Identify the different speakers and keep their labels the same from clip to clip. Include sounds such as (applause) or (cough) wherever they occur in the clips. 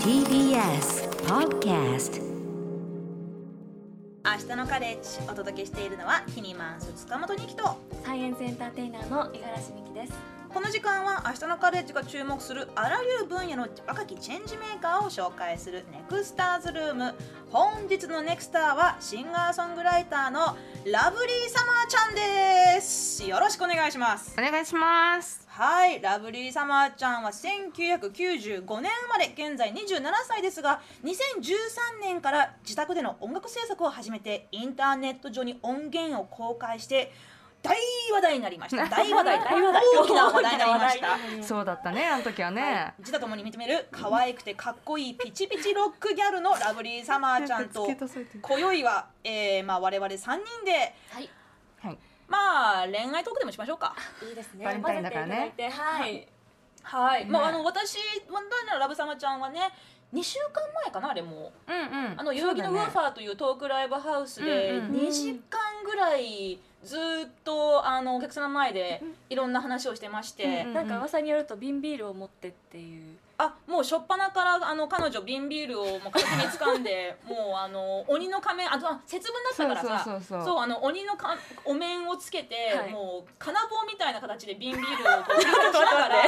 Speaker 1: TBS Podcast
Speaker 2: 明日のカレッジお届けしているのはキニマンス塚本にきと
Speaker 3: サイエンスエンターテイナーの五十嵐美希です。
Speaker 2: この時間は明日のカレッジが注目するあらゆる分野の若きチェンジメーカーを紹介するネクスターズルーム本日のネクスターはシンガーソングライターのラブリーサマーちゃんですよろしくお願いします
Speaker 4: お願いします
Speaker 2: はい、ラブリーサマーちゃんは1995年生まれ現在27歳ですが2013年から自宅での音楽制作を始めてインターネット上に音源を公開して大話題になりました (laughs) 大話題
Speaker 3: 大話題
Speaker 2: 大きな話題になりました
Speaker 4: そうだったねあの時はね、
Speaker 2: 自他ともに認める可愛くてかっこいいピチピチロックギャルのラブリーサマーちゃんと今宵は、えーまあ、我々3人で
Speaker 3: はい。
Speaker 4: はい、
Speaker 2: まあ恋愛トークでもしましょうか。
Speaker 3: いいですね。
Speaker 4: バレンタインだからね
Speaker 3: 混ぜていただいては
Speaker 2: は
Speaker 3: い。
Speaker 2: い、まあ
Speaker 4: ね
Speaker 2: あの私ワンダイナのラブサマちゃんはね2週間前かなあれも
Speaker 4: うんうん
Speaker 2: あの代々木のウーフ
Speaker 4: ァ
Speaker 2: ァーというトークライブハウスで
Speaker 4: うんうん
Speaker 2: 2時間ぐらいずっとあのお客さんの前でいろんな話をしてまして、
Speaker 4: うん
Speaker 3: なんか噂によると瓶ビールを持ってっていう。
Speaker 2: あもう初っ端からあの彼女瓶ビールをもう片手に掴
Speaker 4: (laughs)
Speaker 2: んでもうあの鬼の仮面あとあ節分だったからさ
Speaker 4: そうそうそうそう
Speaker 2: あの鬼のかお面をつけて、
Speaker 3: はい
Speaker 2: もう金棒みたいな形で瓶ビールをこう振り落としながら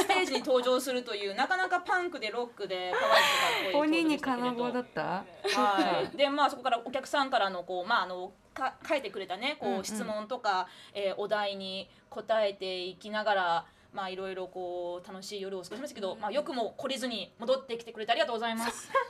Speaker 2: ステージに登場するというなかなかパンクでロックで可愛くてかっ
Speaker 4: (laughs)
Speaker 2: こいい
Speaker 4: 鬼に
Speaker 2: 登場でしたけれ
Speaker 4: 金
Speaker 2: ど
Speaker 4: 棒だった
Speaker 2: はい、でまあそこからお客さんからのこうまああのか書いてくれたねこう、
Speaker 4: うんうん
Speaker 2: 質問とか、えーお題に答えていきながら。まあいろいろこう楽しい夜を過ごしましたけど、まあよくも懲りずに戻ってきてくれてありがとうございます。
Speaker 4: 来る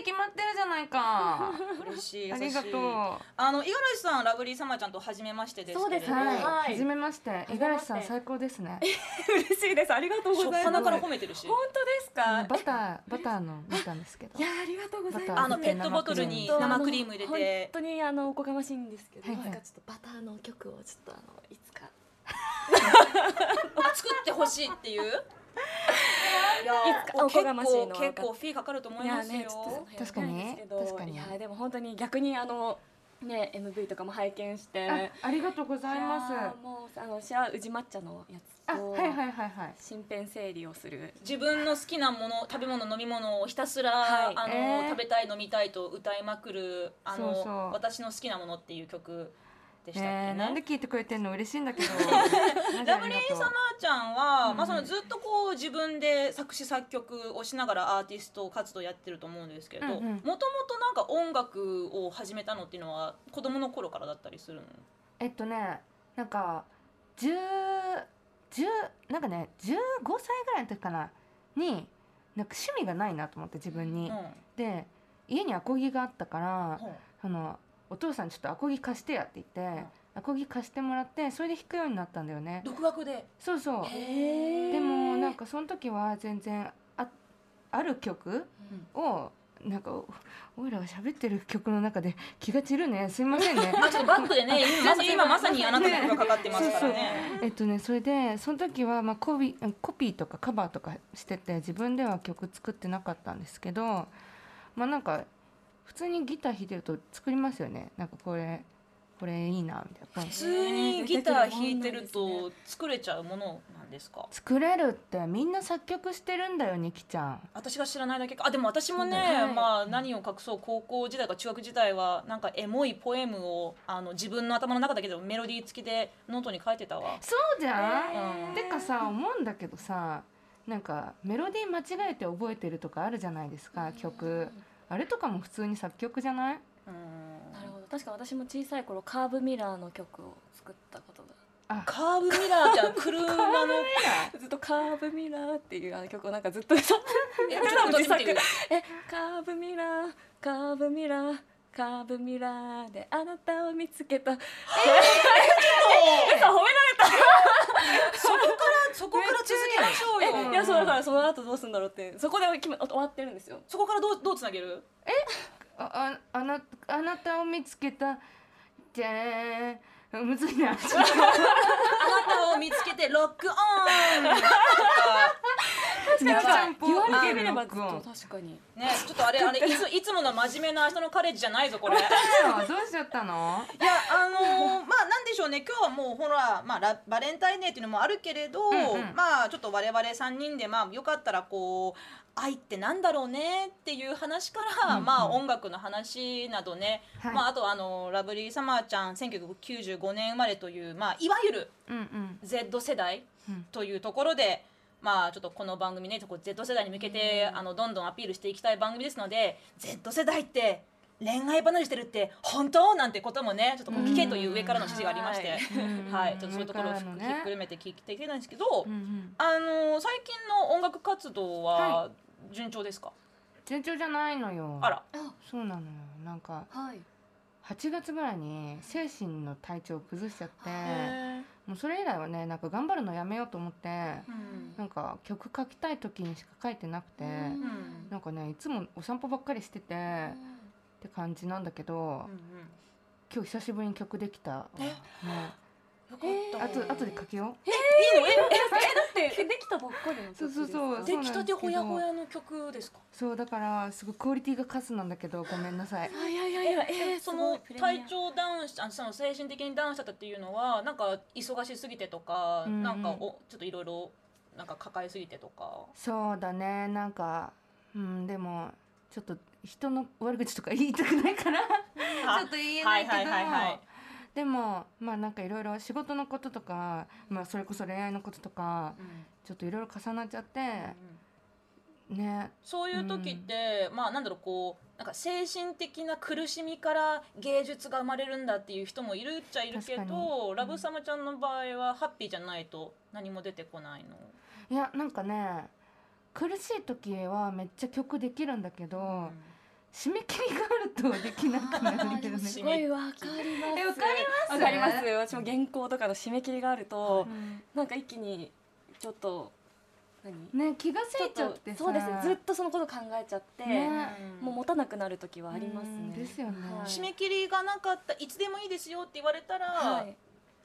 Speaker 4: に決まってるじゃない (laughs) か
Speaker 2: 嬉しい。
Speaker 4: ありがとう
Speaker 2: 優しいあの五十嵐さんラブリーサマーちゃんと初めましてですけれど。
Speaker 3: そうですね
Speaker 4: は
Speaker 3: はい
Speaker 4: い、初めまして
Speaker 3: めまして
Speaker 4: 五十嵐さん最高ですね
Speaker 3: 嬉しいです。ありがとう
Speaker 2: 初っ端
Speaker 3: 本
Speaker 2: から褒めてるし。
Speaker 3: 当ですか。
Speaker 4: バターバターの見たんですけど
Speaker 3: いやありがとうござい
Speaker 4: バタ
Speaker 3: ます。
Speaker 2: あのペットボトルに
Speaker 3: 本当
Speaker 2: 生クリーム入れて
Speaker 3: 本。当にあのおこがましいんですけど、
Speaker 4: はいいはい
Speaker 3: つかちょっとバターの曲をちょっとあのいつか
Speaker 2: あ作ってほしいっていう。いや
Speaker 3: いつかおこがましいの
Speaker 2: 結構結構フィーかかると思いますよ。
Speaker 4: 確かに確かに
Speaker 3: いやでも本当に逆にあのね MV とかも拝見して
Speaker 4: あありがとうございます
Speaker 3: いやーもうあの私は宇治抹茶のやつ
Speaker 4: あ
Speaker 3: と、
Speaker 4: はいはいはいはい
Speaker 3: 身辺整理をする
Speaker 2: 自分の好きなもの食べ物飲み物をひたすら、
Speaker 3: はい
Speaker 2: あの
Speaker 4: えー
Speaker 2: 食べたい飲みたいと歌いまくるあの
Speaker 4: そうそう
Speaker 2: 私の好きなものっていう曲でしたっけ
Speaker 4: え
Speaker 2: ね。
Speaker 4: ー、なんで聞いてくれてんの嬉しいんだ (laughs) けど
Speaker 2: ラブリーサマーちゃんは、
Speaker 4: うん
Speaker 2: まあ、そのずっとこう自分で作詞作曲をしながらアーティスト活動やってると思うんですけど
Speaker 4: うん
Speaker 2: もと
Speaker 4: うん
Speaker 2: もとなんか音楽を始めたのっていうのは子供の頃からだったりするの
Speaker 4: えっとねなんか10 10なんかね15歳ぐらいの時かなになんか趣味がないなと思って自分に、
Speaker 2: う
Speaker 4: で家にアコギがあったから
Speaker 2: んうん
Speaker 4: そのお父さんにちょっとアコギ貸してやって言って、アコギ貸してもらってそれで弾くようになったんだよね
Speaker 2: 独学で
Speaker 4: そうそう
Speaker 3: へ
Speaker 4: でもなん
Speaker 3: か
Speaker 4: かその時は全然あある曲をなんかおおいらが喋ってる曲の中で気が散るねすいませんね
Speaker 2: あちょっとバックで (laughs) ね今まさ今まさにあなたの曲がかかってますからね。
Speaker 4: えっとねそれでその時はまあコピコピーとかカバーとかしてて自分では曲作ってなかったんですけどまあなんか普通にギター弾いてると作りますよねなんかこれこれいいなみたいなこれ
Speaker 2: 普通にギター弾いてると作れちゃうものなんですか
Speaker 4: 作れるってみんな作曲してるんだよニキちゃん
Speaker 2: 私が知らないだけかあでも私もね、
Speaker 3: はい
Speaker 2: まあ、何を隠そう高校時代か中学時代はなんかエモいポエムをあの自分の頭の中だけでもメロディー付きでノートに書いてたわ
Speaker 4: そうじゃん、
Speaker 2: うん
Speaker 4: てかさ思うんだけどさなんかメロディー間違えて覚えてるとかあるじゃないですか曲あれとかも普通に作曲じゃない
Speaker 2: うん
Speaker 3: なるほど確か私も小さい頃カーブミラーの曲を作ったことが (laughs)
Speaker 4: あ
Speaker 2: カーブミラーってあの車の
Speaker 3: ずっとカーブミラーっていうあの曲をなんかずっと (laughs) 歌って
Speaker 2: えちょっと歌ってみて
Speaker 3: えカーブミラーカーブミラーカーブミラーであなたを見つけ (laughs) たえー、 (laughs) え褒められ
Speaker 2: そこからそこから続けましょう
Speaker 3: え
Speaker 2: よ
Speaker 3: いやそうだからその後どうするんだろうってそこで決め終わってるんですよ
Speaker 2: そこからどうどうつなげる
Speaker 4: あああなあなたを見つけたじゃーんむず
Speaker 2: (laughs)
Speaker 4: い (laughs) な
Speaker 2: あなたを見つけてロックオンとか
Speaker 4: 確
Speaker 3: なんか言われ
Speaker 4: あ
Speaker 3: てみれ
Speaker 4: る
Speaker 3: ば
Speaker 4: 録音
Speaker 3: 確かに
Speaker 2: ねちょっとあれあれいついつもの真面目な明日のカレッジじゃないぞこれ。
Speaker 4: どうしちゃったの
Speaker 2: いやあのー (laughs) まあなんでしょうね今日はもうほら、まあ、ラバレンタインデーっていうのもあるけれど、
Speaker 4: んうん
Speaker 2: まあちょっと我々3人で、まあ、よかったらこう愛ってなんだろうねっていう話から、
Speaker 4: うんうん
Speaker 2: まあ、音楽の話などね、
Speaker 4: はい
Speaker 2: まあ、あとあのラブリーサマーちゃん1995年生まれという、まあ、いわゆる
Speaker 4: うんうん
Speaker 2: Z 世代
Speaker 4: うん
Speaker 2: というところで。まあ、ちょっとこの番組ねこう Z 世代に向けてあのどんどんアピールしていきたい番組ですので Z 世代って恋愛離れしてるって本当なんてこともねちょっとこう聞けという上からの指示がありまして
Speaker 3: うん
Speaker 4: うん
Speaker 2: (laughs) はいちょっとそういうところを
Speaker 4: 上
Speaker 2: ひ
Speaker 4: からの
Speaker 2: っ
Speaker 4: ね
Speaker 2: ひっくるめて聞いていきたいんですけど
Speaker 4: うんうん
Speaker 2: あの最近の音楽活動は順調ですか
Speaker 4: 順調じゃないのよ
Speaker 2: あら
Speaker 4: そうなのよなんか
Speaker 3: はい
Speaker 4: 8月ぐらいに精神の体調を崩しちゃって
Speaker 3: へ
Speaker 4: もうそれ以来はねなんか頑張るのやめようと思って
Speaker 2: うん
Speaker 4: なんか曲書きたい時にしか書いてなくて
Speaker 3: うん
Speaker 2: うん
Speaker 4: なんかねいつもお散歩ばっかりしてて
Speaker 3: え
Speaker 4: って感じなんだけど今日久しぶりに曲できたわ
Speaker 2: え
Speaker 4: ね
Speaker 2: よか
Speaker 4: あ
Speaker 2: った
Speaker 4: とあとで書けよう
Speaker 2: いいのえ
Speaker 3: だってできたばっかりの時
Speaker 4: そうそうそう
Speaker 3: です
Speaker 2: 出
Speaker 3: か
Speaker 2: 来たてほやほやの曲ですか
Speaker 4: そうだからすごいクオリティがカスなんだけどごめんなさい
Speaker 3: あいやいやいやえー
Speaker 2: その
Speaker 3: すごいプレミアム
Speaker 2: 体調ダウンしあその精神的にダウンしちゃったっていうのはなんか忙しすぎてとか、
Speaker 4: うんうん
Speaker 2: なんかおちょっといろいろなんか抱えすぎてとか
Speaker 4: そうだねなんかうんでもちょっと人の悪口とか言いたくないからちょっと言えないけど、
Speaker 2: はいはいはいはい
Speaker 4: でもまあなんかいろいろ仕事のこととか、まあ、それこそ恋愛のこととかちょっといろいろ重なっちゃってね
Speaker 2: そういう時って、まあなんだろうこうなんか精神的な苦しみから芸術が生まれるんだっていう人もいるっちゃいるけ
Speaker 4: 確か
Speaker 2: どラブサマちゃんの場合はハッピーじゃないと何も出てこないの。
Speaker 4: いやなんかね苦しい時はめっちゃ曲できるんだけど、締め切りがあるとできなくなるけどね。
Speaker 3: (laughs) すごいわかります
Speaker 4: えわかります
Speaker 3: わかります私も原稿とかの締め切りがあるとなんか一気にちょっと何
Speaker 4: ね気が付いち
Speaker 3: ち
Speaker 4: ゃ
Speaker 3: ょ
Speaker 4: っ
Speaker 3: ってと
Speaker 4: さ
Speaker 3: そうですねずっとそのこと考えちゃって、
Speaker 4: ね
Speaker 2: うん
Speaker 3: もう持たなくなる時はありま
Speaker 4: う
Speaker 3: す
Speaker 4: ん
Speaker 3: ね
Speaker 4: ですよね
Speaker 3: はい
Speaker 2: 締め切りがなかったいつでもいいですよって言われたら、
Speaker 3: はい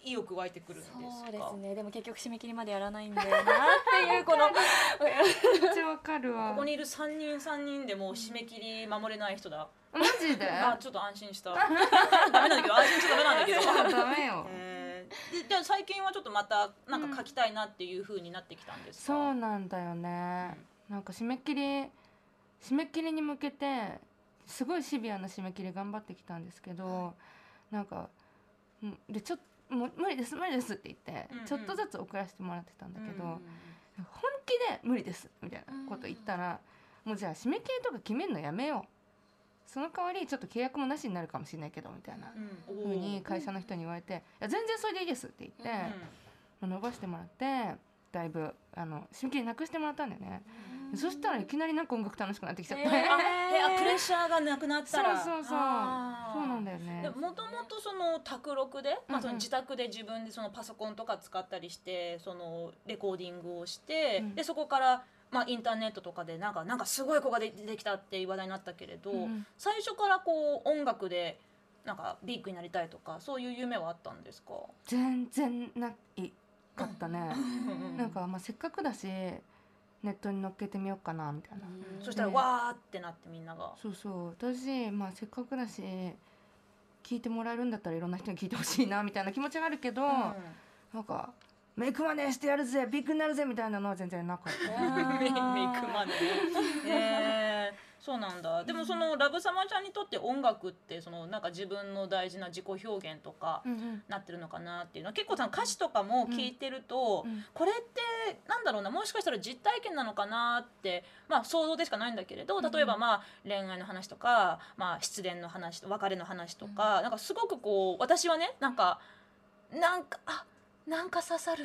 Speaker 2: 意欲湧いてくるんですか
Speaker 3: そうですねでも結局締め切りまでやらないんだよなっていうこ (laughs) の
Speaker 4: めっちゃわかるわ
Speaker 2: ここにいる3人3人でもう締め切り守れない人だ、
Speaker 4: マジ
Speaker 3: (laughs)
Speaker 4: で
Speaker 2: あちょっと安心した
Speaker 4: (laughs)
Speaker 2: ダメなんだけど安心しちゃダメなんだけど
Speaker 4: ダメ (laughs)
Speaker 3: (laughs)
Speaker 4: よ
Speaker 2: えーでじゃあ最近はちょっとまたなんか書きたいなっていう風になってきたんですか、
Speaker 4: そうなんだよねなんか締め切り締め切りに向けてすごいシビアな締め切り頑張ってきたんですけど、なんかうんでちょっともう無理です無理ですって言って、
Speaker 2: うんうん
Speaker 4: ちょっとずつ送らせてもらってたんだけど、
Speaker 2: うんうん
Speaker 4: 本気で無理ですみたいなこと言ったら、もうじゃあ締め切りとか決めるのやめようその代わりちょっと契約もなしになるかもしれないけどみたいな
Speaker 2: うんう
Speaker 4: ふう
Speaker 2: ん
Speaker 4: に会社の人に言われて「いや全然それでいいです」って言
Speaker 2: おー
Speaker 4: って、伸ばしてもらってだいぶあの締め切りなくしてもらったんだよね、そしたらいきなりなんか音楽楽しくなってきちゃって、
Speaker 3: えー
Speaker 2: あえあプレッシャーがなくなったら
Speaker 4: そうそうそう (laughs) そうなん
Speaker 2: よ
Speaker 4: だよね
Speaker 2: でもともとその宅録で、まあ、そ
Speaker 4: うんう
Speaker 2: の
Speaker 4: ん
Speaker 2: 自宅で自分でそのパソコンとか使ったりしてそのレコーディングをして、
Speaker 4: うん
Speaker 2: でそこから、まあ、インターネットとかでなんかなんかすごい子が出てきたって話題になったけれど、
Speaker 4: うんうん
Speaker 2: 最初からこう音楽でなんかビッグになりたいとかそういう夢はあったんですか、
Speaker 4: 全然ないかったね、
Speaker 2: うん
Speaker 4: なんかまあせっかくだしネットに乗っけてみようかなみたいな、
Speaker 2: そしたら
Speaker 4: ね
Speaker 2: わーってなってみんなが。
Speaker 4: そうそう私、まあ、せっかくだし聞いてもらえるんだったらいろんな人に聞いてほしいなみたいな気持ちがあるけど、なんか「メイクマネーしてやるぜビッグになるぜ」みたいなのは全然なかった。
Speaker 2: メイクまで、えーそうなんだでもそのラブサマちゃんにとって音楽ってそのなんか自分の大事な自己表現とか
Speaker 4: うんうん
Speaker 2: なってるのかなっていうのは結構さ歌詞とかも聞いてると、
Speaker 4: うん
Speaker 2: これってなんだろうなもしかしたら実体験なのかなって、まあ、想像でしかないんだけれど例えばまあ恋愛の話とか、まあ、失恋の話と別れの話とか、なんかすごくこう私はねなんかなんかあなんか刺さる。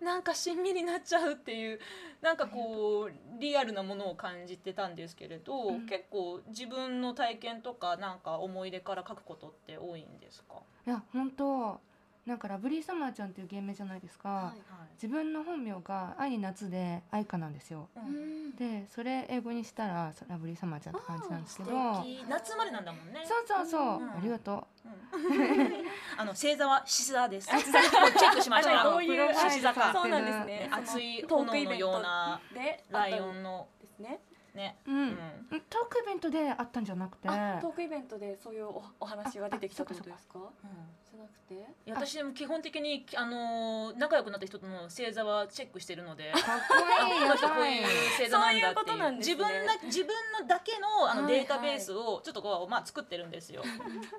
Speaker 2: なんかしんみりなっちゃうっていうなんかこうリアルなものを感じてたんですけれど、
Speaker 4: うん
Speaker 2: 結構自分の体験とかなんか思い出から書くことって多いんですか、
Speaker 4: いや本当なんかラブリーサマーちゃんっていう芸名じゃないですか、
Speaker 3: は
Speaker 2: はい
Speaker 4: 自分の本名が愛に夏で愛花なんですよ
Speaker 3: い、
Speaker 2: うん
Speaker 3: ん
Speaker 4: でそれ英語にしたらラブリーサマーちゃんって感じなんですけど
Speaker 2: 素敵夏生まれなんだもんね
Speaker 4: そうそうそう、
Speaker 2: うん
Speaker 4: ありがと
Speaker 2: うん (laughs) あの星座は獅子座です。チェックしまし
Speaker 3: あ
Speaker 2: た。
Speaker 3: ど
Speaker 2: よ
Speaker 3: うい
Speaker 4: プ
Speaker 3: う
Speaker 4: ロフ
Speaker 2: ィールから
Speaker 3: そうなんですね
Speaker 2: 熱い
Speaker 3: トー
Speaker 2: 炎
Speaker 3: クイ
Speaker 2: の
Speaker 3: ベン
Speaker 2: よう
Speaker 3: ト
Speaker 2: な
Speaker 3: で
Speaker 2: ライ
Speaker 3: あ
Speaker 2: オ
Speaker 3: った
Speaker 2: ンの
Speaker 3: んですね
Speaker 2: ね。
Speaker 4: ううん、
Speaker 2: うん。
Speaker 4: トークイベントで会ったんじゃなくて
Speaker 3: あトークイベントでそういうおお話が出てきたってことですかじゃなくて
Speaker 2: いや私でも基本的にあのー仲良くなった人との星座はチェックしてるので。
Speaker 4: かっこいい
Speaker 2: この
Speaker 4: や
Speaker 2: 人こう
Speaker 4: ば
Speaker 2: い
Speaker 4: いう
Speaker 2: 星座なんだって
Speaker 3: そういうこと
Speaker 2: い
Speaker 3: な
Speaker 2: うん
Speaker 3: です
Speaker 2: 自
Speaker 3: ね
Speaker 2: 分だ自分のだけのあの
Speaker 4: はいはい
Speaker 2: データベースをちょっとこうまあ作ってるんですよ。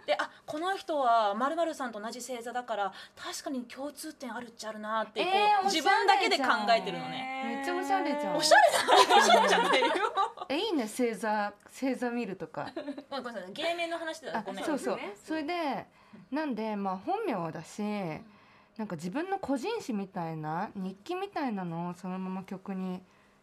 Speaker 2: であこの人はまるまるさんと同じ星座だから確かに共通点あるっちゃあるなってこう、
Speaker 4: えーおしゃれじゃん
Speaker 2: 自分だけで考えてるのね。 (laughs)
Speaker 4: めっちゃおしゃれじゃん
Speaker 2: おしゃれだおしゃれじゃないよ。
Speaker 4: えいいね星座星座見るとか
Speaker 2: ごめんごめんなさい芸名の話だ
Speaker 4: あ
Speaker 2: ごめん。
Speaker 4: そうそう
Speaker 3: そうですね
Speaker 4: それでなんでまあ本名だしなんか自分の個人誌みたいな日記みたいなのをそのまま曲に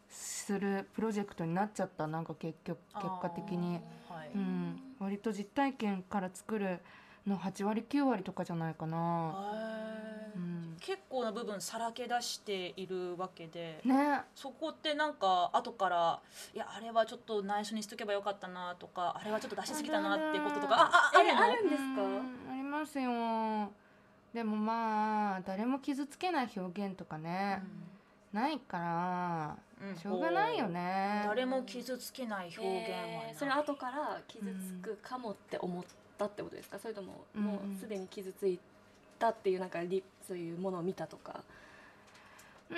Speaker 4: するプロジェクトになっちゃったなんか結局
Speaker 2: あー
Speaker 4: 結果的に、
Speaker 2: はい。
Speaker 4: うん、割と実体験から作るの8割9割とかじゃないかな、
Speaker 2: へ
Speaker 4: う
Speaker 2: ー
Speaker 4: ん、
Speaker 2: 結構な部分さらけ出しているわけで。
Speaker 4: ね
Speaker 2: そこってなんか後からいやあれはちょっと内緒にしとけばよかったなとかあれはちょっと出しすぎたなってこととかあああ
Speaker 3: え
Speaker 2: るの
Speaker 3: あるんですか
Speaker 4: うんありますよでもまあ誰も傷つけない表現とかね、ないから
Speaker 2: うん
Speaker 4: しょうがないよね
Speaker 2: 誰も傷つけない表現はない
Speaker 3: えーそれ後から傷つくかもって思ったってことですかそれとも
Speaker 4: うん
Speaker 3: もうすでに傷ついたっていうなんかリそういうものを見たとか
Speaker 4: うん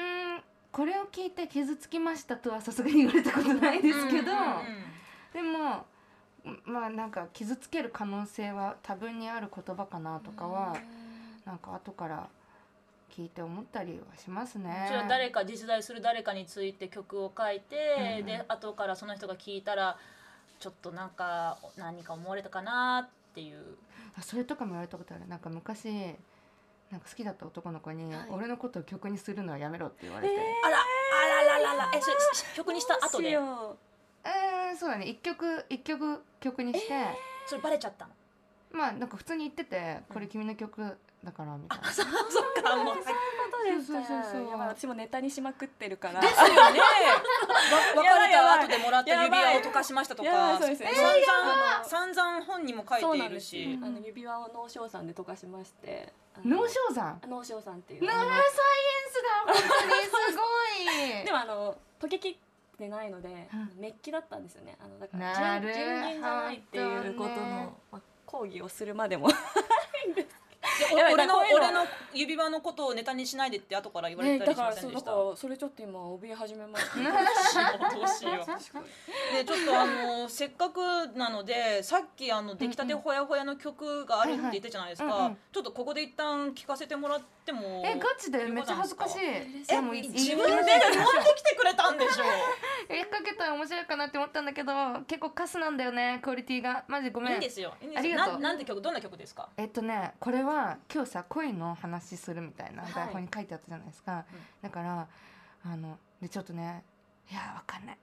Speaker 4: これを聞いて傷つきましたとはさすがに言われたことないですけど、
Speaker 2: うん
Speaker 4: でもまあなんか傷つける可能性は多分にある言葉かなとかは、なんか後から聞いて思ったりはしますね。
Speaker 2: それは誰か実在する誰かについて曲を書いて、
Speaker 4: うん
Speaker 2: で後からその人が聞いたらちょっとなんか何か思われたかなっていう
Speaker 4: あそれとかも言われたことあるなんか昔なんか好きだった男の子に、
Speaker 3: はい
Speaker 4: 俺のことを曲にするのはやめろ」って言われて、
Speaker 2: あらあららららえそれし曲にした後で
Speaker 3: どうしよ
Speaker 4: えーそうだね一曲一曲曲にして、
Speaker 2: それバレちゃ
Speaker 3: (laughs)
Speaker 2: ったの
Speaker 4: まあなんか普通に言ってて「これ君の曲だから」みたいな。
Speaker 2: そうそうかもう
Speaker 3: うです
Speaker 4: そ
Speaker 3: か
Speaker 4: うそうそうそう
Speaker 3: やばい私もネタにしまくってるから
Speaker 2: ですよね。わ (laughs) 別れ
Speaker 3: やば
Speaker 2: た
Speaker 3: いやばい
Speaker 2: 後でもらった指輪を溶かしましたと
Speaker 3: やば
Speaker 2: か
Speaker 3: い、そうですね
Speaker 2: 散々散々本にも書
Speaker 3: そう
Speaker 2: いて
Speaker 3: ないんで
Speaker 2: る
Speaker 3: す
Speaker 2: し
Speaker 3: よ、あの指輪を能生さんで溶かしましてあの
Speaker 4: 脳症山
Speaker 3: 能生さんっていう
Speaker 4: ノー
Speaker 3: あの
Speaker 4: サイエンスが本当にすごい
Speaker 3: でもあの溶けきってないので、
Speaker 4: う
Speaker 3: メッキだったんですよねあのだか
Speaker 4: な
Speaker 3: ら
Speaker 4: る
Speaker 3: 純純銀じゃないっていうことの、
Speaker 4: ほどね
Speaker 3: まあ、講義をするまでもね
Speaker 2: お
Speaker 3: やばい
Speaker 2: 俺の
Speaker 3: こういうの
Speaker 2: 俺の指輪のことをネタにしないでって後から言われたり
Speaker 3: だ
Speaker 2: し
Speaker 3: か
Speaker 2: ま
Speaker 3: ら
Speaker 2: せ
Speaker 3: そ
Speaker 2: ん
Speaker 3: う
Speaker 2: で
Speaker 3: だ
Speaker 2: した。
Speaker 3: から
Speaker 2: どう
Speaker 3: それちょっと今怯え始めました
Speaker 2: しよ (laughs) うどうしようでちょっとあのせっかくなのでさっきあの出来たてほやほやの曲があるって言ったじゃないです
Speaker 4: はいはいうんう
Speaker 2: か
Speaker 4: ん
Speaker 2: ちょっとここで一旦聞かせてもらっても
Speaker 4: えガチでめっちゃ恥ずかしい
Speaker 3: え
Speaker 4: でもい
Speaker 2: 自分
Speaker 4: い
Speaker 2: で
Speaker 4: や (laughs)
Speaker 2: 持ってきてくれたんでしょ
Speaker 4: やりかけたら面白いかなって思ったんだけど結構カスなんだよねクオリティがマ (laughs) ジご
Speaker 2: いい
Speaker 4: め
Speaker 2: ん
Speaker 4: ん
Speaker 2: ですよいいんですよ
Speaker 4: ありがとう
Speaker 2: ななんて曲どんな曲ですか
Speaker 4: えっとねこれは今日さ恋の話するみたいな
Speaker 3: はい
Speaker 4: 台本に書いてあったじゃないですか、だからあのでちょっとねいやわかんない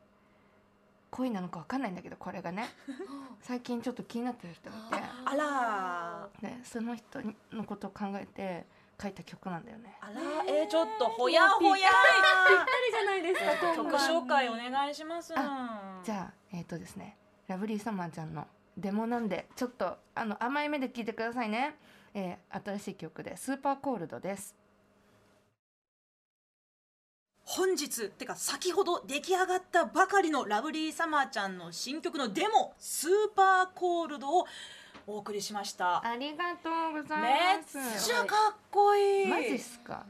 Speaker 4: 恋なのかわかんないんだけどこれが (laughs) ね最近ちょっと気になってる人がいて
Speaker 2: あら
Speaker 4: ね、その人のことを考えて書いた曲なんだよね。
Speaker 2: あらえーちょっとほやほや
Speaker 3: 誰じゃないですか今
Speaker 2: 曲
Speaker 3: 晩
Speaker 2: 紹介お願いします
Speaker 4: じゃあえっ、とですねラブリーサマーちゃんの「デモなんで」ちょっとあの甘い目で聞いてくださいね、えー新しい曲で「スーパーコールド」です。
Speaker 2: 本日てか先ほど出来上がったばかりのラブリーサマーちゃんの新曲のデモ「スーパーコールド」をお送りしました
Speaker 4: ありがとうござい
Speaker 2: め
Speaker 4: ま
Speaker 2: っ
Speaker 4: す。
Speaker 2: ちゃかっこいい
Speaker 4: マジっすか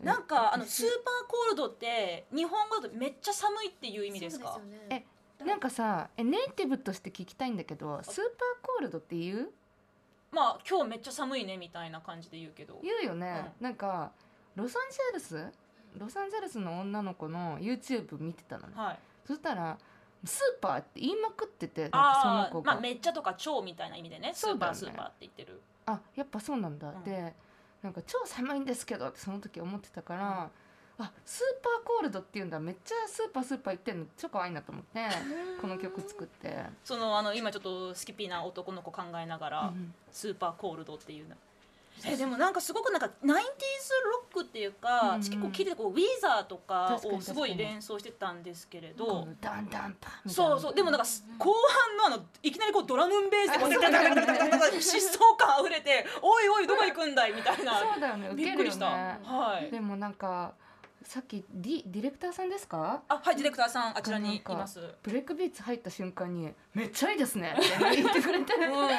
Speaker 2: なんかあのスーパーコールドって日本語だとめっちゃ寒いっていう意味ですか
Speaker 3: そうですよ
Speaker 4: え
Speaker 3: ね
Speaker 4: なんかさえネイティブとして聞きたいんだけど「スーパーコールド」って言う
Speaker 2: まあ今日めっちゃ寒いねみたいな感じで言うけど
Speaker 4: 言うよね、なんかロサンゼルスロサンゼルスの女の子の YouTube 見てたのね
Speaker 2: はい
Speaker 4: そしたらスーパーって言いまくっててなんかその
Speaker 2: ああ
Speaker 4: 子
Speaker 2: ま
Speaker 4: が、
Speaker 2: あめっちゃとか超みたいな意味でねス
Speaker 4: そ
Speaker 2: ー
Speaker 4: う
Speaker 2: パ
Speaker 4: だ
Speaker 2: ー
Speaker 4: よね
Speaker 2: スーパーって言ってる
Speaker 4: あやっぱそうなんだ、
Speaker 2: うん
Speaker 4: でなんか超寒いんですけどってその時思ってたから、あスーパーコールドっていうんだめっちゃスーパースーパー言ってんの超可愛いなと思
Speaker 2: (laughs)
Speaker 4: ってこの曲作って、
Speaker 2: そのあの今ちょっとスキピーな男の子考えながら、
Speaker 4: うん
Speaker 2: スーパーコールドっていうのえでもなんかすごくなんか 90s ロックっていうか、
Speaker 4: うんうん
Speaker 2: 結構聞いててこうウィザーとか
Speaker 4: 確かに確か
Speaker 2: を
Speaker 4: に
Speaker 2: すごい連想してたんですけれ
Speaker 4: こ
Speaker 2: ど
Speaker 4: のダンダンパンみたいな
Speaker 2: そうそうでもなんかす後半のあのいきなりこうドラムンベースでこう
Speaker 4: あ
Speaker 2: ダダダダダダダダ疾走感あふれて「おいおいどこ行くんだい」みたいな
Speaker 4: そうだよね受
Speaker 2: び
Speaker 4: け
Speaker 2: っ
Speaker 4: る
Speaker 2: く
Speaker 4: よ
Speaker 2: り
Speaker 4: ね
Speaker 2: した、はい
Speaker 4: でもなんかさっきディディレクターさんですか
Speaker 2: あはいディレクターさんあちらにいます
Speaker 4: ブレイクビーツ入った瞬間に「めっちゃいいですね」って言ってくれてうわー
Speaker 2: (laughs) うん
Speaker 4: よ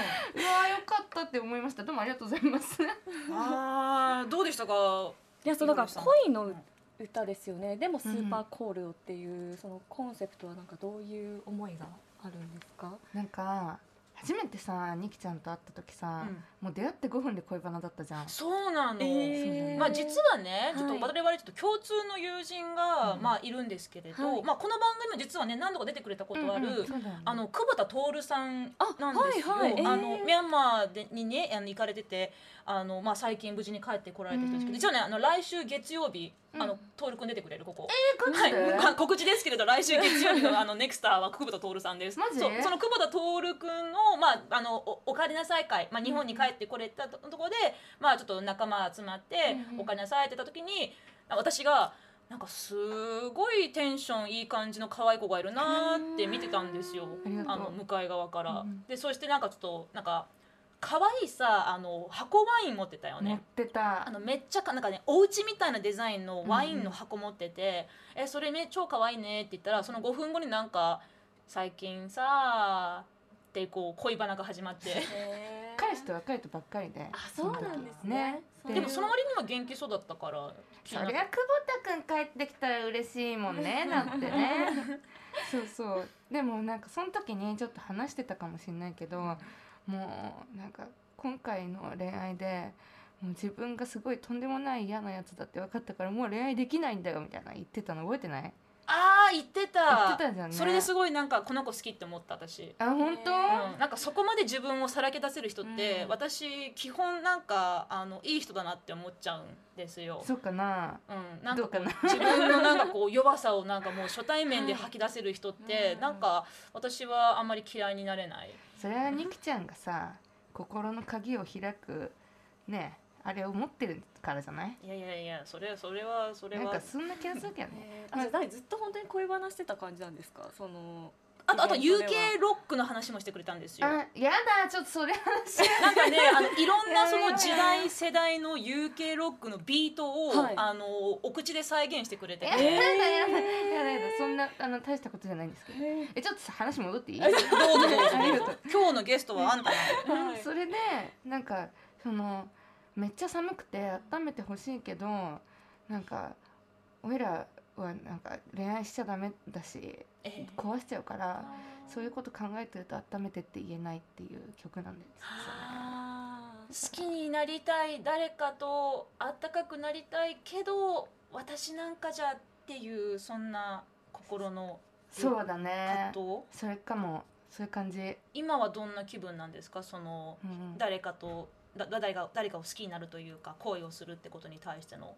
Speaker 4: かったって思いましたどうもありがとうござい
Speaker 2: (laughs)
Speaker 4: ます
Speaker 2: あーどうでしたか
Speaker 3: いやそうだから
Speaker 2: 井上さん
Speaker 3: 恋の歌ですよねでもスーパーコールをっていうそのコンセプトはなんかどういう思いがあるんですか
Speaker 4: なんか初めてさニキちゃんと会った時さ、
Speaker 2: うん
Speaker 4: もう出会って5分で恋バナだったじゃん
Speaker 2: そうなの、
Speaker 4: えー
Speaker 2: まあ、実はね
Speaker 3: はい
Speaker 2: ちょっと我々ちょっと共通の友人が、
Speaker 4: うん
Speaker 2: まあ、いるんですけれど、
Speaker 3: はい
Speaker 2: まあ、この番組も実はね何度か出てくれたことある、
Speaker 4: うんうんそうだよね
Speaker 2: あの久保田徹さんなんですよあ、
Speaker 3: あはいはいえー
Speaker 2: のミャンマーでにねあの行かれててあの、まあ、最近無事に帰ってこられた人ですけど、
Speaker 4: うん
Speaker 2: 実はねあの来週月曜日
Speaker 4: うん
Speaker 2: あの徹君出てくれるここ、
Speaker 4: えー
Speaker 2: は
Speaker 4: ガチで
Speaker 2: い、まあ告知ですけれど来週月曜日のあのネクスターは久保田徹さんです
Speaker 4: マジ
Speaker 2: そうその久保田徹君を、まあ、あのおおかえりなさい会、まあ、日本に帰ってこれたとところで、まあ、ちょっと仲間集まって
Speaker 4: うんうん
Speaker 2: おかえりなさいって言った時にあ私がなんかすごいテンションいい感じの可愛い子がいるなーって見てたんですよ
Speaker 4: ありがとう
Speaker 2: あの向かい側から、
Speaker 4: うんうん
Speaker 2: でそしてなんかちょっとなんか可愛いさあの箱ワイン持ってたよね
Speaker 4: 持ってた
Speaker 2: あのめっちゃかなんかねお家みたいなデザインのワイン
Speaker 4: うんう
Speaker 2: の
Speaker 4: ん
Speaker 2: 箱持ってて「えそれね超可愛いね」って言ったらその5分後になんか「最近さ」ってこう恋バナが始まって
Speaker 4: 彼氏と別れたばっかりで
Speaker 3: あ
Speaker 4: あ
Speaker 3: そうなんですねそう
Speaker 2: でもその割には元気そうだったから
Speaker 4: そりゃ久保田君帰ってきたら嬉しいもん (laughs) ねだってねそうそうでもなんかその時にちょっと話してたかもしれないけどもうなんか今回の恋愛でもう自分がすごいとんでもない嫌なやつだって分かったからもう恋愛できないんだよみたいな言ってたの覚えてない
Speaker 2: ああ言ってた
Speaker 4: 言ってたじゃんね
Speaker 2: それですごいなんかこの子好きって思った私
Speaker 4: あ本当、
Speaker 2: うんなんかそこまで自分をさらけ出せる人って、
Speaker 4: うん
Speaker 2: 私基本なんかあのいい人だなって思っちゃうんですよ。
Speaker 4: そうかな
Speaker 2: うん、なん
Speaker 4: ど
Speaker 2: か
Speaker 4: う
Speaker 2: こ
Speaker 4: か
Speaker 2: う
Speaker 4: な
Speaker 2: 自分のなんかこう弱さをなんかもう初対面で吐き出せる人って、
Speaker 4: はいうん
Speaker 2: なんか私はあんまり嫌いになれない。
Speaker 4: それはニキちゃんがさ心の鍵を開くねあれを持ってるからじゃない
Speaker 2: いやいやいや、それそれはそれ
Speaker 4: なん
Speaker 2: は
Speaker 4: か。そんな気がするけどね
Speaker 3: えーあじゃあ何ずっと本当に恋話してた感じなんですかその
Speaker 2: あとあと
Speaker 3: イベント
Speaker 2: UK
Speaker 3: では
Speaker 2: ロックの話もしてくれたんですよ。
Speaker 4: あやだちょっとそれ話
Speaker 2: なんかね、あのいろんなその時
Speaker 4: やめよう
Speaker 2: 代
Speaker 4: や
Speaker 2: 世代の UK ロックのビートを、
Speaker 3: はい
Speaker 2: あのお口で再現してくれてて、
Speaker 4: やだやだやだやだやだそんなあの大したことじゃないんですけどえちょっとさ話戻っていい
Speaker 2: どうぞどうぞ
Speaker 4: (laughs) ありが
Speaker 2: ど
Speaker 4: と
Speaker 2: うぞ
Speaker 4: う。
Speaker 2: 今日のゲストはあんたなの。
Speaker 3: はい (laughs)
Speaker 4: それでなんかそのめっちゃ寒くて温めてほしいけどなんか俺らはなんか恋愛しちゃダメだし
Speaker 2: えー
Speaker 4: 壊しちゃうからそういうこと考えてると温めてって言えないっていう曲なんです
Speaker 2: 好きになりたい誰かとあったかくなりたいけど私なんかじゃっていうそんな心の
Speaker 4: そうだね
Speaker 2: 葛藤、
Speaker 4: それかもそういう感じ、
Speaker 2: 今はどんな気分なんですかその
Speaker 4: うん、
Speaker 2: 誰かとだ誰が誰かを好きになるというか恋をするってことに対しての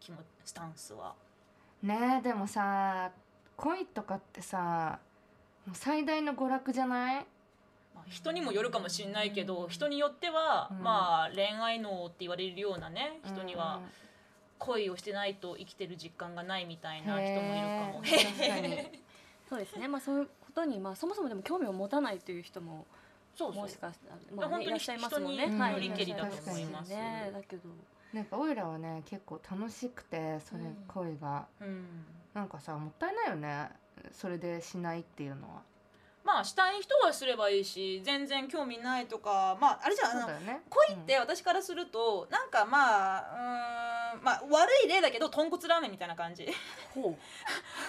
Speaker 2: 気持ちスタンスは
Speaker 4: ねえでもさ恋とかってさもう最大の娯楽じゃない
Speaker 2: まあ人にもよるかもしれないけど人によっては、
Speaker 4: うん
Speaker 2: まあ恋愛能って言われるようなね人には
Speaker 4: うん
Speaker 2: 恋をしてないと生きてる実感がないみたいな人もいるか
Speaker 4: へー
Speaker 2: も。
Speaker 4: 確かに
Speaker 3: そうですねまあそういうことにまあそもそもでも興味を持たないという人も
Speaker 2: そうそう
Speaker 3: もしかしたら
Speaker 2: まあ
Speaker 3: まあ
Speaker 2: 本
Speaker 3: ね
Speaker 2: 当
Speaker 3: い
Speaker 2: に
Speaker 3: らっしゃいますもんね
Speaker 2: 人
Speaker 4: に
Speaker 3: はい
Speaker 4: よりけりだと思い
Speaker 2: ます
Speaker 3: らっしゃいまねだけど
Speaker 4: なんかオイラはね結構楽しくてそれ
Speaker 2: うん
Speaker 4: 恋が、
Speaker 2: うん
Speaker 4: なんかさもったいないよねそれでしないっていうのは
Speaker 2: まあしたい人はすればいいし全然興味ないとかまああれじゃん
Speaker 4: そうだ
Speaker 2: あの
Speaker 4: よね
Speaker 2: 恋って私からするとなんかまあうーんまあ悪い例だけど豚骨ラーメンみたいな感じ
Speaker 3: ほ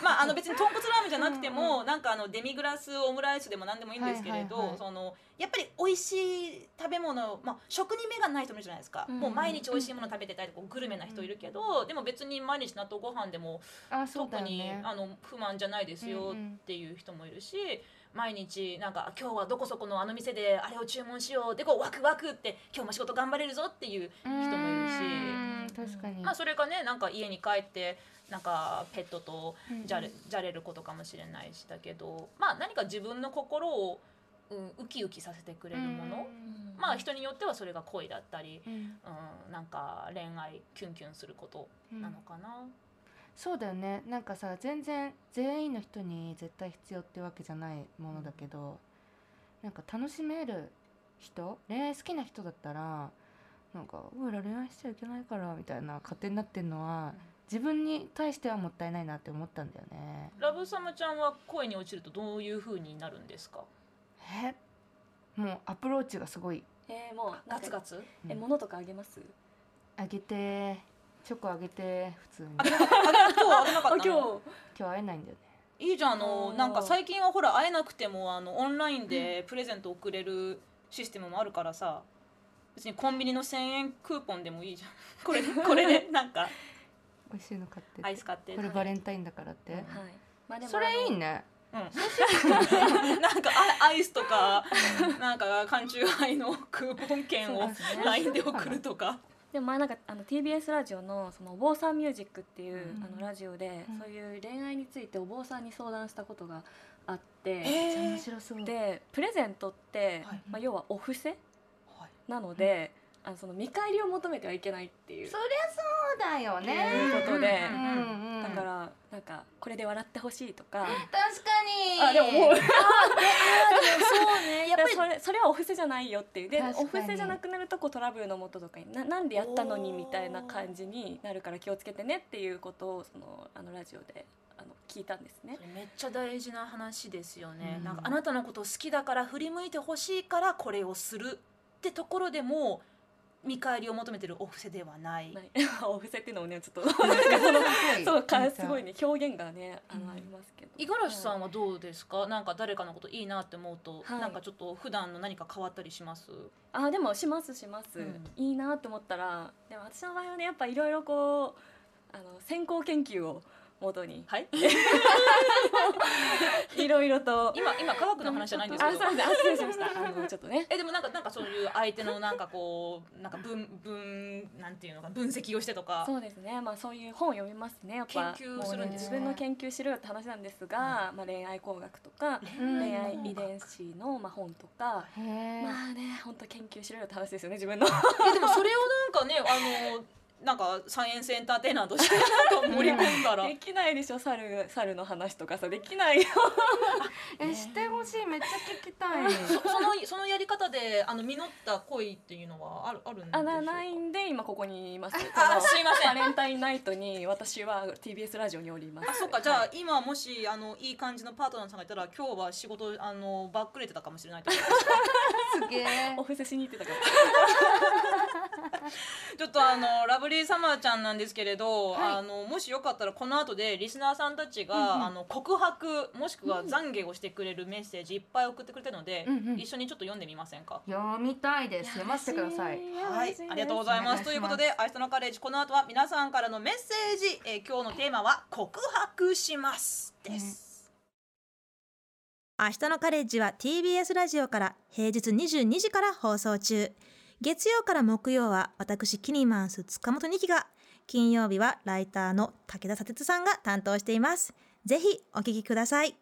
Speaker 2: まああの別に豚骨ラーメンじゃなくて
Speaker 4: うん
Speaker 2: もなんかあのデミグラスオムライスでも何でもいいんですけれど、
Speaker 4: はいはいはい
Speaker 2: そのやっぱり美味しい食べ物、まあ、食に目がない人もいるじゃないですか、
Speaker 3: うん
Speaker 2: もう毎日美味しいもの食べてたりとかグルメな人いるけど、でも別に毎日納豆ご飯でも
Speaker 4: あそうだ
Speaker 2: 特
Speaker 4: よ
Speaker 2: に
Speaker 4: ね
Speaker 2: あの不満じゃないですよっていう人もいるし、毎日なんか今日はどこそこのあの店であれを注文しようでこうワクワクって今日も仕事頑張れるぞっていう、
Speaker 4: 人
Speaker 2: もいるし
Speaker 4: 確かに、
Speaker 2: まあ、それかねなんか家に帰ってなんかペットと
Speaker 4: うん
Speaker 2: じゃれじゃれることかもしれないしだけど、まあ、何か自分の心を、うん、ウキウキさせてくれるもの、
Speaker 4: うん
Speaker 2: ままあ人によってはそれが恋だったり、うん、なんか恋愛キュンキュンすることなのかな、
Speaker 4: そうだよねなんかさ全然全員の人に絶対必要ってわけじゃないものだけどなんか楽しめる人恋愛好きな人だったらなんか「おいら恋愛しちゃいけないから」みたいな勝手になってんのは自分に対してはもったいないなって思ったんだよね。
Speaker 2: ラブサムちゃんは恋に落ちるとどういう風になるんですか
Speaker 4: えもうアプローチがすごい
Speaker 3: えー、もうな
Speaker 2: ガ
Speaker 3: んか
Speaker 2: ツガツ
Speaker 3: え物とかあげます
Speaker 4: あげてチョコあげて普通に
Speaker 2: 今日あげなか
Speaker 3: あ
Speaker 2: ったの
Speaker 3: 今日
Speaker 4: 今日会えないんだよね
Speaker 2: いいじゃんあの
Speaker 3: あー
Speaker 2: なんか最近はほら会えなくてもあのオンラインでプレゼント送れるシステムもあるからさ別にコンビニの1000円クーポンでもいいじゃんこれでこれでなんか
Speaker 4: 美味しいの買って
Speaker 2: アイス買って
Speaker 4: これバレンタインだからって、
Speaker 2: うん
Speaker 3: はいまあでも
Speaker 4: それいい
Speaker 3: ね
Speaker 4: ね
Speaker 2: うん (laughs) なんかあアイスとかなんか缶中杯のクーポン券を
Speaker 4: そうですね
Speaker 2: LINE で送るとか
Speaker 3: でも前なんかあの TBS ラジオのそのお坊さんミュージックっていう、
Speaker 4: うん
Speaker 3: あのラジオで、
Speaker 4: うん
Speaker 3: そういう恋愛についてお坊さんに相談したことがあって、
Speaker 4: めっちゃ
Speaker 2: え
Speaker 4: 面白そう
Speaker 3: でプレゼントって、
Speaker 2: はい
Speaker 3: まあ、要はお布施
Speaker 2: はい
Speaker 3: なので、あのその見返りを求めてはいけないっていう
Speaker 4: そりゃそうだよね
Speaker 3: いうことで、
Speaker 2: うん
Speaker 4: うんうん
Speaker 3: だからなんかこれで笑ってほしいとか、
Speaker 4: 確かに
Speaker 3: あでももう
Speaker 2: そうねやっぱり
Speaker 3: それそれはお布施じゃないよっていうで
Speaker 4: 確か
Speaker 3: お
Speaker 4: に
Speaker 3: 布施じゃなくなるとこうトラブルのもととかにななんでやったのにみたいな感じになるから気をつけてねっていうことをそのあのラジオであの聞いたんですね (laughs)
Speaker 2: そ。れめっちゃ大事な話ですよね、
Speaker 4: うん
Speaker 2: なんかあなたのことを好きだから振り向いてほしいからこれをするってところでもう見返りを求めてるお布施ではない、
Speaker 3: はいお布施っていうのをねちょっとそうかすごい
Speaker 4: ね
Speaker 3: ね表現がねあの、
Speaker 4: うん
Speaker 3: ありますけど。
Speaker 2: 五十嵐さんはどうですかなんか誰かのこといいなって思うと、
Speaker 3: はい
Speaker 2: なんかちょっと普段の何か変わったりします
Speaker 3: あでもしますします、
Speaker 2: うん
Speaker 3: いいなと思ったらでも私の場合はねやっぱいろいろこうあの先行研究を元に
Speaker 2: はい
Speaker 3: いろいろ
Speaker 2: (laughs)
Speaker 3: と
Speaker 2: 今今科学の話じゃないんです
Speaker 3: あ
Speaker 2: け (laughs)
Speaker 3: すい
Speaker 2: ど
Speaker 3: ませんあ失礼しましたあのちょっとね
Speaker 2: えでもなんかなんかそういう相手のなんかこうなんか分分なんていうのか分析をしてとか
Speaker 3: そうですねまあそういう本を読みますねやっぱ
Speaker 2: 研究す
Speaker 4: るん
Speaker 3: もうね
Speaker 4: です
Speaker 3: 自
Speaker 4: ね
Speaker 3: 分の研究しろよって話なんですが、まあ、恋愛工学とか
Speaker 4: うん
Speaker 3: 恋愛遺伝子のまあ本とか、
Speaker 4: へえ、
Speaker 3: まあね本当研究しろよって話ですよね自分の
Speaker 2: えでも (laughs) それをなんかねあのなんかサイエンスエンターテイナーとしてなんか盛り込んだ
Speaker 3: (laughs)
Speaker 2: ら
Speaker 3: できないでしょ猿猿の話とかさできないよ
Speaker 4: えしてほしいめっちゃ聞きたい
Speaker 3: (laughs)
Speaker 2: そそのそのやり方であの実った恋っていうのはあるあるんでしょ
Speaker 3: あ
Speaker 2: うか
Speaker 3: なないんで今ここにいます。
Speaker 2: あ
Speaker 3: この
Speaker 2: すいません
Speaker 3: バレンタインナイトに私は TBS ラジオにおります。
Speaker 2: あそっかじゃあ、今もしあのいい感じのパートナーさんがいたら今日は仕事あのバックレてたかもしれないと思います
Speaker 4: すげえ
Speaker 3: お布施しに行ってたから。
Speaker 2: ちょっとあのラブリーサマーちゃんなんですけれど、
Speaker 4: はい
Speaker 2: あのもしよかったらこの後でリスナーさんたちが、あの告白もしくは懺悔をしてくれるメッセージいっぱい送ってくれたので、
Speaker 4: うんうん
Speaker 2: 一緒にちょっと読んでみませんか
Speaker 4: 読みたいです読ませてください
Speaker 2: はい、ありがとうござい
Speaker 4: お願いしま
Speaker 2: ま。
Speaker 4: すす
Speaker 2: ということで、明日のカレッジ、この後は皆さんからのメッセージ、えー今日のテーマは告白しますです。
Speaker 5: 明日のカレッジは TBS ラジオから平日22時から放送中月曜から木曜は私キニマンス塚本二希が金曜日はライターの武田砂鉄さんが担当していますぜひお聞きください